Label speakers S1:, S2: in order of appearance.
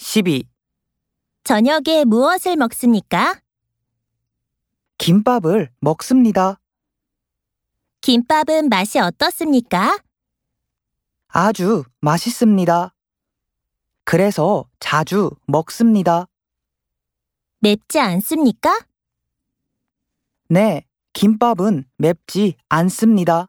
S1: 12.
S2: 저녁에 무엇을 먹습니까?
S1: 김밥을 먹습니다.
S2: 김밥은 맛이 어떻습니까?
S1: 아주 맛있습니다. 그래서 자주 먹습니다.
S2: 맵지 않습니까?
S1: 네, 김밥은 맵지 않습니다.